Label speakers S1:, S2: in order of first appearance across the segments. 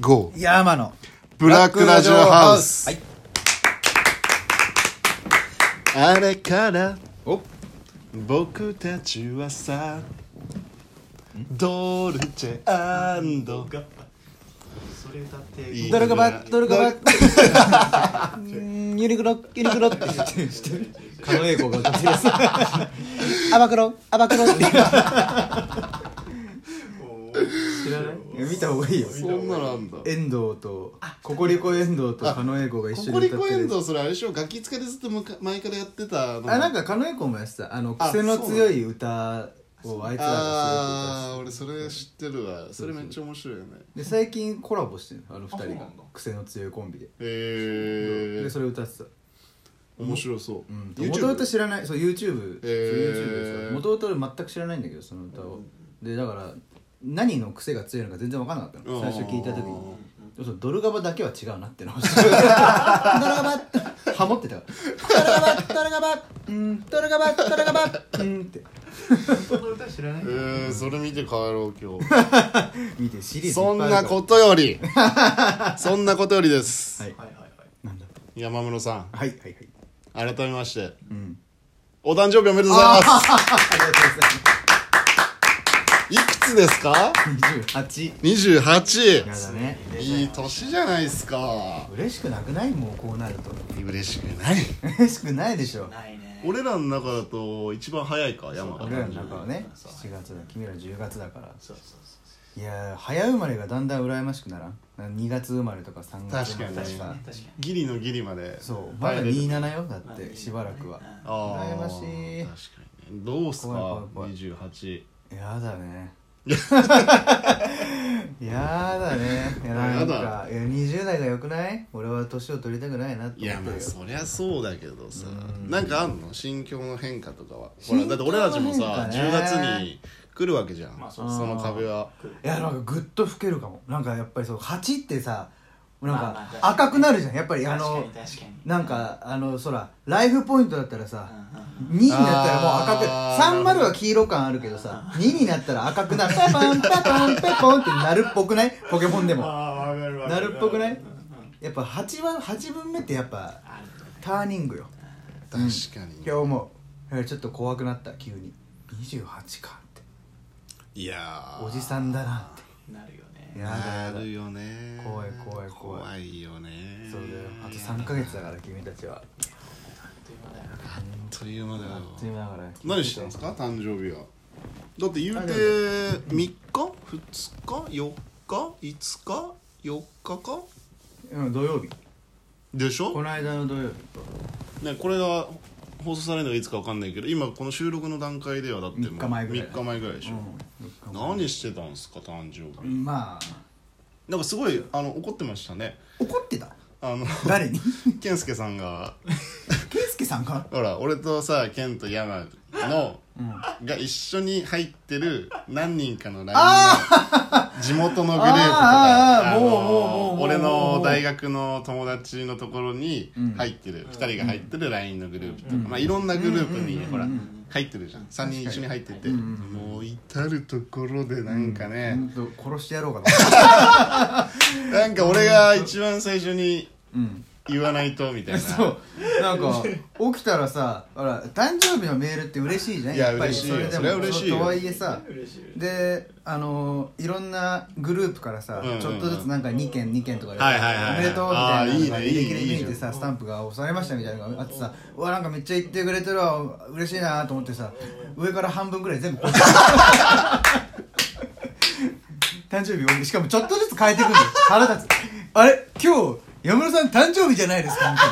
S1: GO
S2: 山野
S1: ブラックラジオハウス
S2: はい
S1: あれから
S2: お
S1: 僕たちはさドルチェアンド
S3: それだって
S1: いい
S2: ドルガバドルガバうーんユニクロユニクロって言ってる知ってる狩野英孝が歌ってるやつアバクロアバクロって
S3: 知らない
S2: 見た方がいいよ
S1: そんなのあんだ
S2: 遠藤とココリコ遠藤と狩野英孝が一
S1: コ
S2: 緒
S1: コ
S2: に
S1: リ
S2: 歌っ
S1: コ
S2: て
S1: エン
S2: る
S1: ドそれあれでしょガキ使でずっとむか前からやってたの
S2: あなんか狩野英孝もやってたあの
S1: あ
S2: 癖の強い歌をあいつらがすごい歌って
S1: あー俺それ知ってるわそれめっちゃ面白いよね
S2: たで最近コラボしてるのあの二
S3: あそ
S2: 人
S3: うな
S2: が
S3: んだ
S2: 癖の強いコンビで
S1: へ
S2: で
S1: え
S2: それ歌ってた
S1: 面白そううん YouTube？
S2: 元々知らないそう YouTube そう
S1: へー
S2: YouTube ですよ元々全く知らないんだけどその歌をでだから何の癖が強いのか全然分かんなかったの最初聞いた時にでもそのドルガバだけは違うなって のをドルガバハモってたからドルガバドルガバうんドルガバドルガバうんって
S3: その歌知らない
S1: えー、それ見て帰ろう今日
S2: 見てシリーズ
S1: そんな
S2: と
S1: ことよ りそんなことよりです、
S2: はい
S3: はいはいはい
S2: なんだ
S1: 山室さん
S2: はいはいはい
S1: 改めまして
S2: うん
S1: お誕生日おめでとうございます
S2: ありがとうござい
S1: いくつですか
S2: ます28
S1: 28
S2: やだね
S1: いい年じゃないですか
S2: 嬉しくなくないもうこうなると
S1: 嬉しくない
S2: 嬉しくないでしょ
S3: ないね
S1: 俺らの中だと一番早いか山が
S2: 俺らの中はね7月だ君ら10月だから
S3: そうそうそ
S2: いやー早生まれがだんだん羨ましくならんなんか2月生まれとか3月生ま
S1: 確か
S2: れと
S3: う確
S2: か
S3: かに確か
S1: ギリのギリまで
S2: そうまだ27よだってしばらくは
S1: あー
S2: 羨ましい
S1: 確かにねどうすか
S2: 怖い怖い怖い
S1: 28
S2: やだ ねやだねいやなんかいや20代がよくない俺は年を取りたくないなって
S1: い
S2: 思っ
S1: や
S2: て
S1: ま
S2: るよ
S1: あそりゃそうだけどさなんかあんの心境の変化とかはほ
S2: 心
S1: らだ
S2: 境の
S1: って俺たちもさ
S2: 変化ね
S1: 10月に来るわけじゃん、
S3: まあ
S1: そ
S3: そうそう
S1: の壁はい
S2: やなんかぐっと老けるかもなんかやっぱりそう8ってさなん
S3: まあまあ
S2: か
S3: 確かに
S2: 赤くなるじゃんやっぱり
S3: に
S2: あの
S3: 確かに確かに
S2: なんかあのそらライフポイントだったら
S3: う
S2: さ
S3: んうん
S2: 2になったらもう赤く
S1: あー
S2: 3までは黄色感あるけどさ2になったら赤くなるペポンペポンペポンってなるっぽくないポケモンで
S3: うん
S2: も
S3: ああ分かるわ
S2: なるっぽくない
S3: うんうん
S2: やっぱ8は8分目ってやっぱ
S3: あるよね
S2: ターニングよ
S1: 確かに、
S2: 今日もちょっと怖くなった急に28かって
S1: いやー
S2: おじさんだなって
S3: なるよね
S2: やだ
S1: な
S2: やだ
S1: るよね
S2: 怖い怖い怖い
S1: 怖いよね
S2: そうだよあと3ヶ月だから君たちは
S3: あっという間だよ
S1: あっという間だよ
S2: あっという間だから
S1: 何してたんですか誕生日はだって言う
S2: あ
S1: て
S2: でも
S1: 3日2日4日5日4日か
S2: うん土曜日
S1: でしょ
S2: この間の土曜日
S1: ね、これが放送されるのがいつかわかんないけど今この収録の段階ではだってもう
S2: 3日前ぐらい
S1: 3日前ぐらいでしょ、
S2: うん
S1: 何してたんすか誕生日
S2: まあ
S1: なんかすごいあの怒ってましたね
S2: 怒ってた
S1: あの
S2: 誰 に
S1: 健介さんが
S2: ケイスケさんか
S1: ほら俺とさ健と山の
S2: うん
S1: が一緒に入ってる何人かの LINE の地元のグループと
S2: あー
S1: か
S2: あー
S1: あの
S2: もうもうもうもう
S1: 俺の大学の友達のところに
S2: うん
S1: 入ってる、
S3: ん
S1: 2人が入ってる LINE のグループとか、
S2: うん
S1: まあ、いろんなグループに、
S2: うん
S1: ほら
S2: うん
S1: 入ってるじゃん3人一緒に入ってて、
S2: うん
S1: もう至る所でなんかね、
S2: ほんと殺してやろうかな
S1: なんか俺が一番最初に
S2: うん
S1: 言わないとみたいな
S2: そうなんか起きたらさほら誕生日のメールって嬉しいじゃん
S1: いや
S2: やっぱり
S1: 嬉しいよ
S2: で
S1: それは嬉しいよ
S2: とはいえさ
S3: 嬉しい
S2: であのーいろんなグループからさ、
S1: うんうんうん
S2: ちょっとずつなんか2件2件とかで、
S1: はいはいはいはい
S2: おめでとうみたいなのが
S1: あーいいね
S2: 履歴で
S1: いいね
S2: 見えてさスタンプが押されましたみたいなのがあってさうわなんかめっちゃ言ってくれてるわ嬉しいなと思ってさ上から半分ぐらい全部こう誕生日しかもちょっとずつ変えていくんだよ腹立つあれ今日山村さん誕生日じゃないですかみたい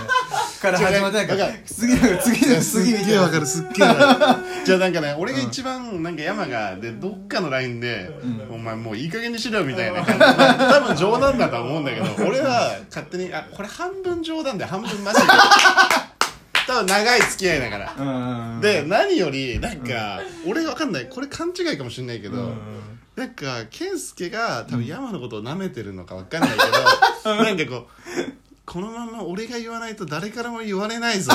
S2: なから始まってな
S1: 違うわ
S2: んか
S1: かる
S2: 次の次
S1: い
S2: の
S1: やすっ
S2: 次みた
S1: げ
S2: い
S1: え
S2: な
S1: わかるすっげえわかる じゃあなんかね俺が一番なんか山がでどっかの LINE で「お前もういい加減にしろよ」みたいな感じまあ多分冗談だとは思うんだけど俺は勝手にあこれ半分冗談で半分マジで 多分長い付き合いだから
S2: うんうんうん
S1: で何よりなんか、俺わかんないこれ勘違いかもしれないけど、なんか健介が多分山のことを舐めてるのかわかんないけ ど、なんかこうこのまま俺が言わないと誰からも言われないぞ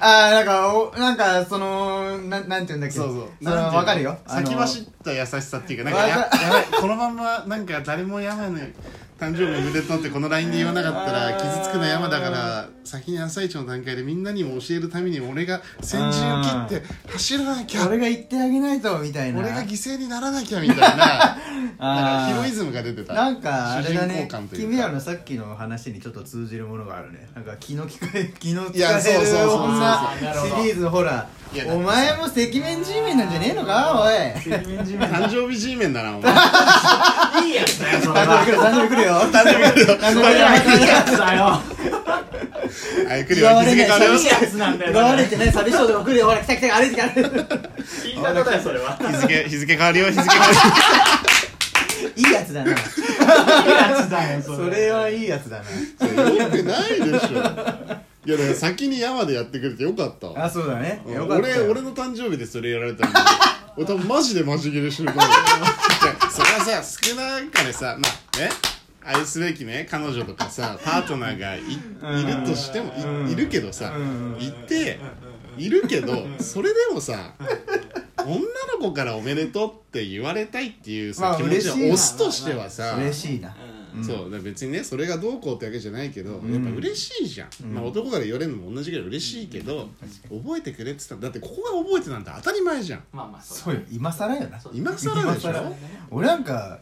S2: ああ、なんか、お、なんか、その、なん、なんて言うんだっけ。
S1: そうそう
S2: の
S1: なんていうの
S2: わかるよ。あの
S1: 先走った優しさっていうかなんかや
S2: わか
S1: やばいこのままなんか誰も山に誕生日おめでとうってこの LINE で言わなかったら傷つくの山だから先に朝一の段階でみんなにも教えるために俺が先陣を切って走らなきゃ
S2: 俺が言ってあげないとみたいな
S1: 俺が犠牲にならなきゃみたいななんか
S2: あー
S1: ヒロイズムが出てた
S2: なんかあれだね
S1: 主人公感というか
S2: 君らのさっきの話にちょっと通じるものがあるねなんか気の利かえ気の利
S1: い
S2: か
S1: や
S2: え
S1: そうそうそう
S2: る
S1: そう
S2: 女
S3: なるほど
S2: シリーズほら
S1: いやだってさ
S2: お前も赤面 G 面なんじゃねえのかおい
S3: 睡眠時間
S1: 誕生日 G メンだなお前
S3: いいやつだよそれ
S2: 誕生日来る誕生日来るよ誕生日来る誕
S3: そ
S2: 生
S3: れ
S2: 日来る
S3: はいいやつだよ
S1: あゆっくりは日付変わりま
S3: いい
S1: す
S3: やつなんだよ
S2: 奪われてね寂しい男が来るよほら来た来た歩いてきて歩いてきて
S3: 言い方だよそれは
S1: 日付日付変わるよ日付変わるよ
S2: いいやつだない
S3: いやつだよ
S2: それはいいやつだな
S1: それよくないでしょいやだから先に山でやってくれてよかったわ
S2: あそうだねよかった
S1: 俺
S2: よ
S1: 俺の誕生日でそれやられたんだけど俺多分マジでマジ切れしてると思うよい やそれはさ少なかれさまあね愛すべきね彼女とかさパートナーがいいるとしてもいいるけどさいているけどそれでもさ女の子から「おめでとう」って言われたいっていう
S2: ま
S1: さ
S2: あ
S1: 気持ち
S2: 嬉しいな
S1: を押すとしてはさ
S2: 嬉しいな
S1: そうだから別にねそれがどうこうってわけじゃないけど、やっぱ嬉しいじゃん、まあ、男から言われるのも同じぐらい嬉しいけど、覚えてくれてただってここが覚えてなんて当たり前じゃん
S3: まあまあ
S2: そ
S3: そうう
S2: よ今更よな
S3: そう
S1: 今更でしょ
S2: 今更俺なんか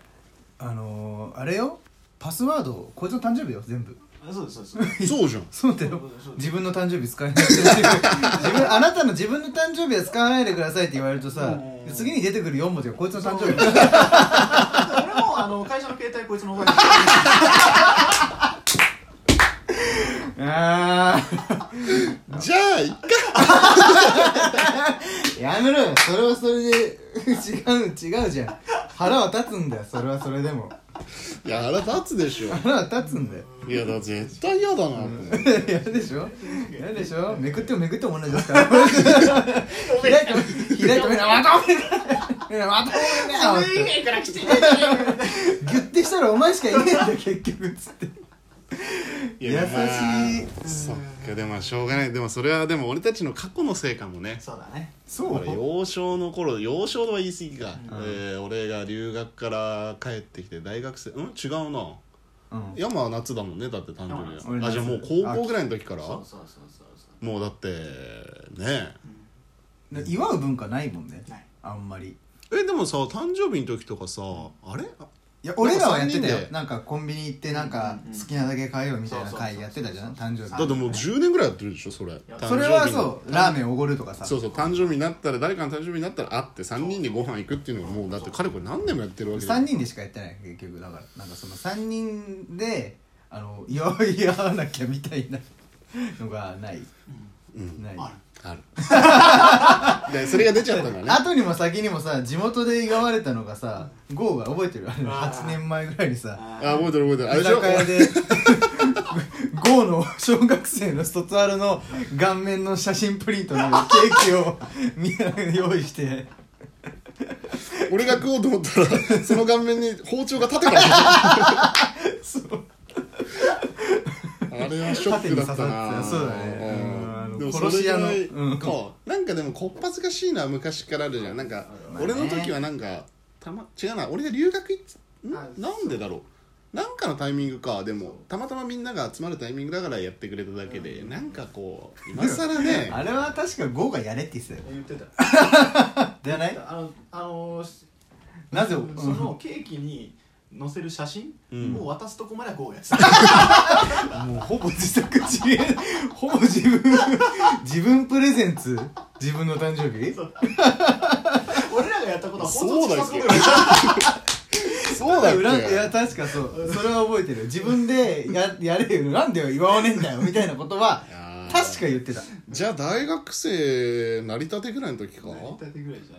S2: あのー、あれよパスワードこいつの誕生日よ全部
S3: だそうですそうですそうで す
S1: そうじゃん
S2: そうだよ
S3: そうそうそう
S2: 自分の誕生日使えない自分あなたの自分の誕生日は使わないでくださいって言われるとさ
S3: うん
S2: 次に出てくる4文字がこいつの誕生日
S3: 俺もあの会社の携帯こいつの方が
S2: あ
S1: じゃあいっか
S2: ーやめろよそれはそれで 違う違うじゃん腹は立つんだよそれはそれでも
S1: いや腹立つでしょ
S2: 腹は立つんだよ
S1: いやだから絶対嫌だな って、
S2: 嫌でしょ嫌でしょめくってもめくっても同じです から開いても開いてもみんなまたおめでとうみんなまたおめでとうって
S3: いいから来て
S2: ギュッてしたらお前しかいねえんだよ結局つって
S1: いやまあ
S2: 優しい
S1: そっかでもまあしょうがないでもそれはでも俺たちの過去のせいかもね
S3: そうだね
S2: そ
S1: 俺幼少の頃幼少とは言い過ぎか、えー俺が留学から帰ってきて大学生うん違うな
S2: うん
S1: 山は夏だもんねだって誕生
S2: 俺
S1: 日
S2: 夏
S1: あじゃあもう高校ぐらいの時から
S3: そうそうそうそうそ
S1: もうだってね
S2: で祝う文化ないもんね
S3: ない
S2: あんまり
S1: えでもさ誕生日の時とかさあれあ
S2: いや俺らはやってた
S1: なんか三人
S2: よ
S1: で
S2: なんかコンビニ行ってなんか
S3: うんうん
S2: 好きなだけ買えよみたいな
S3: そうそうそう
S2: 会やってたじゃん誕生
S1: だって
S2: 日
S1: もう10年ぐらいやってるでしょそれ
S3: や
S1: 誕生日
S2: それはそうラーメンおごるとかさ
S1: そうそう誕生日になったら誰かの誕生日になったら会って3人でご飯行くっていうのがもうだって彼これ何年もやってるわけだよ
S2: 3人でしかやってない結局だからなんかその3人であの祝い合わなきゃみたいなのがない、ない
S3: あ
S1: ある でそれが出ちゃったんだね
S2: 後にも先にもさ地元で祝われたのがさ郷が覚えてるあれ
S3: あー
S2: 8年前ぐらいにさ
S1: あ覚えてる覚えてるあ
S2: 居
S1: れで
S2: 酒
S1: しょ
S2: 屋で 郷の小学生の卒アルの顔面の写真プリントのケーキをみんなで用意して
S1: 俺が食おうと思ったらその顔面に包丁が縦から出て
S2: そう
S1: きたあれはショックだったな
S2: 縦に刺さってたそうだねうんあの
S1: でもそれ
S2: 殺し
S1: ぐ
S2: 屋
S1: らい
S2: のうん
S1: かなんかでもこっぱずかしいのは昔からあるじゃんなんか
S2: まあね
S1: 俺の時はなんかたま違うな俺が留学行っん
S3: あ
S1: なんでだろうなんかのタイミングかでもたまたまみんなが集まるタイミングだからやってくれただけでなんかこう今更ね
S2: あれは確か郷がやれって言ってたよ
S3: 言ってた
S2: だよね
S3: あのあの
S2: なぜ、
S3: そのケーキに載せる写真
S1: うん
S3: を渡すとこまではこうやってた
S2: もうほぼ自作自演ほぼ自分自分プレゼンツ自分の誕生日
S3: そう俺らがやったことはほ んと
S1: そうだ
S3: 近
S1: っ
S3: す
S1: け
S3: ことない
S1: そうだっ
S2: 裏いや
S1: け
S2: 確かそうそれは覚えてる自分でややれよなんでよ祝わねえんだよみたいなことは
S1: あー
S2: 確か言ってた
S1: じゃあ大学生なりたてぐらいの時か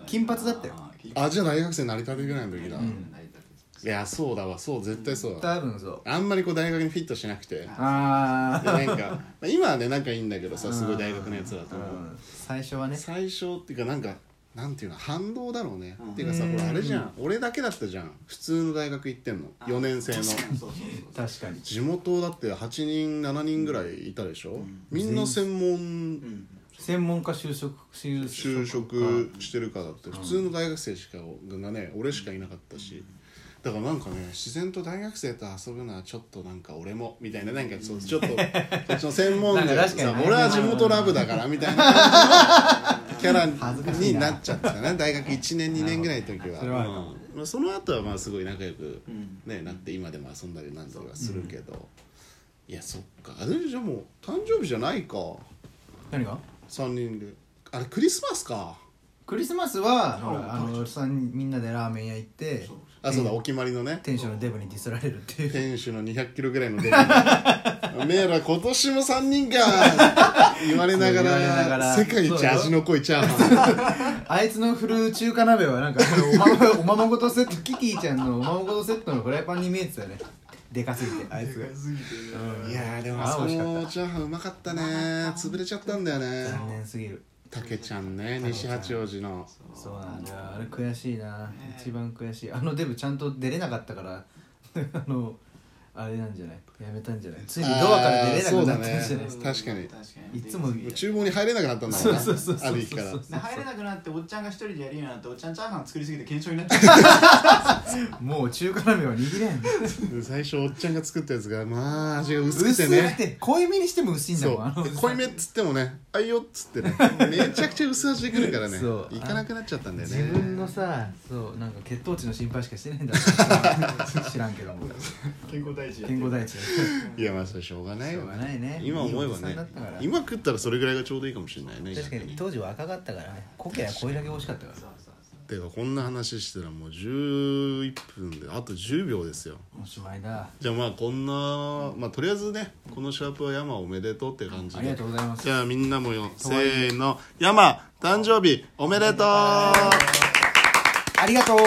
S2: 金髪だったよ
S1: あじゃあ大学生なりたてぐらいの時だ、
S2: ん
S1: いやそうだわそう絶対そうだわ
S2: 多分そう
S1: あんまりこう大学にフィットしなくて
S2: あ
S1: で
S2: あ
S1: なんかまあ今はね仲いいんだけどさすごい大学のやつだと
S2: 最初はね
S1: 最初っていうかなんかなんていうの反動だろうね、
S3: うん
S1: っていうかさ
S2: うん
S1: ほらあれじゃん俺だけだったじゃん普通の大学行ってんの4年生の
S3: そうそうそう
S2: 確かに
S1: 地元だって8人7人ぐらいいたでしょ、みんな専
S3: う
S1: 門
S3: ん
S2: 専門家就職就
S1: 就
S2: か
S1: 職してるかだって普通の大学生しかがね俺しかいなかったし、だからなんかね自然と大学生と遊ぶのはちょっとなんか俺もみたいななんかそうちょっとこっちの専門
S2: なん
S1: で
S2: か確か
S1: さ
S2: にね
S1: 俺は地元ラブだからみたいな感じのキ ャラ
S2: 恥ずかし
S1: に
S2: いな
S1: なっちゃってたね大学1年2年ぐらいの時は
S2: それはあるかも
S1: うんまあその後はまあすごい仲良く
S3: うん
S1: ねなって今でも遊んだりなんだりはするけど、いやそっかあれじゃあもう誕生日じゃないか
S2: 何が
S1: 3人であれクリスマスか
S2: クリスマスはほ
S3: うん
S2: らあのさんみんなでラーメン屋行って
S3: そう
S1: あそうだお決まりのね
S2: 店主のデブにディスられるっていう
S1: 店主の200キロぐらいのデブおめえら今年も3人か言われなが
S2: 言われなが
S1: ら
S2: ら
S1: 世界
S2: そう
S1: 一
S2: よ
S1: 味の濃いチャーハン
S2: あいつの振る中華鍋はな んかおままおままごとセットキティちゃんのおままごとセットのフライパンに見えてたよねでかすぎてあいつが
S3: でかすぎてね
S1: いやーでも
S2: あ
S1: あそ
S2: ー
S1: こ
S2: 美味しかった
S1: のチャーハンうまかったね潰れちゃったんだよね
S2: 残念すぎる
S1: たけちゃんね西八王子の
S2: そうなんだよあれ悔しいな一番悔しいあのデブちゃんと出れなかったから あのあれなんじゃないやめたんじゃないついにドアから出れなくなったんじゃない
S1: あーそうだね確かに
S3: 確か
S2: いつも
S1: 厨房に入れなくなったんだもんねある日から
S3: で入れなくなっておっちゃんが一人でやるようになっておっちゃんチャーハン作りすぎて検証になっちゃっ
S2: もう中華鍋は握れん
S1: 最初おっちゃんが作ったやつがまあ味が薄く
S2: 薄
S1: て
S2: く
S1: ね
S2: て濃いめにしても薄いんだ
S1: そ
S2: もんあの
S1: うで濃いめっつってもね「あいよ」っつってねめちゃくちゃ薄味でくるからね
S2: そう
S1: いかなくなっちゃったんだよ
S2: 自分
S1: ね
S2: のさそうなんか血糖値の心配しかしてないんだ ろう知らんけども
S3: た健康第一やっ て
S2: 健康第一
S1: いやまあそれしょうがな
S2: だ
S1: い
S2: しょ
S1: よ
S2: うがないね
S1: 今思え
S2: いいお
S1: ば
S2: じさん
S1: ね
S2: だったから
S1: 今食ったらそれぐらいがちょうどいいかもしれないね
S2: 確かに当時は赤かったからねコケやこれだけ美味しかったか
S3: そうそう
S1: てかこんな話してたらもう11分であと10秒ですよ
S2: らおしまいだ
S1: じゃあまあこんなまあとりあえずねこのシャープは山おめでとうって感じ
S2: ありが
S1: で
S2: とうございます
S1: じゃあみんなもよせーの山誕生日おめでとう
S2: ありがとう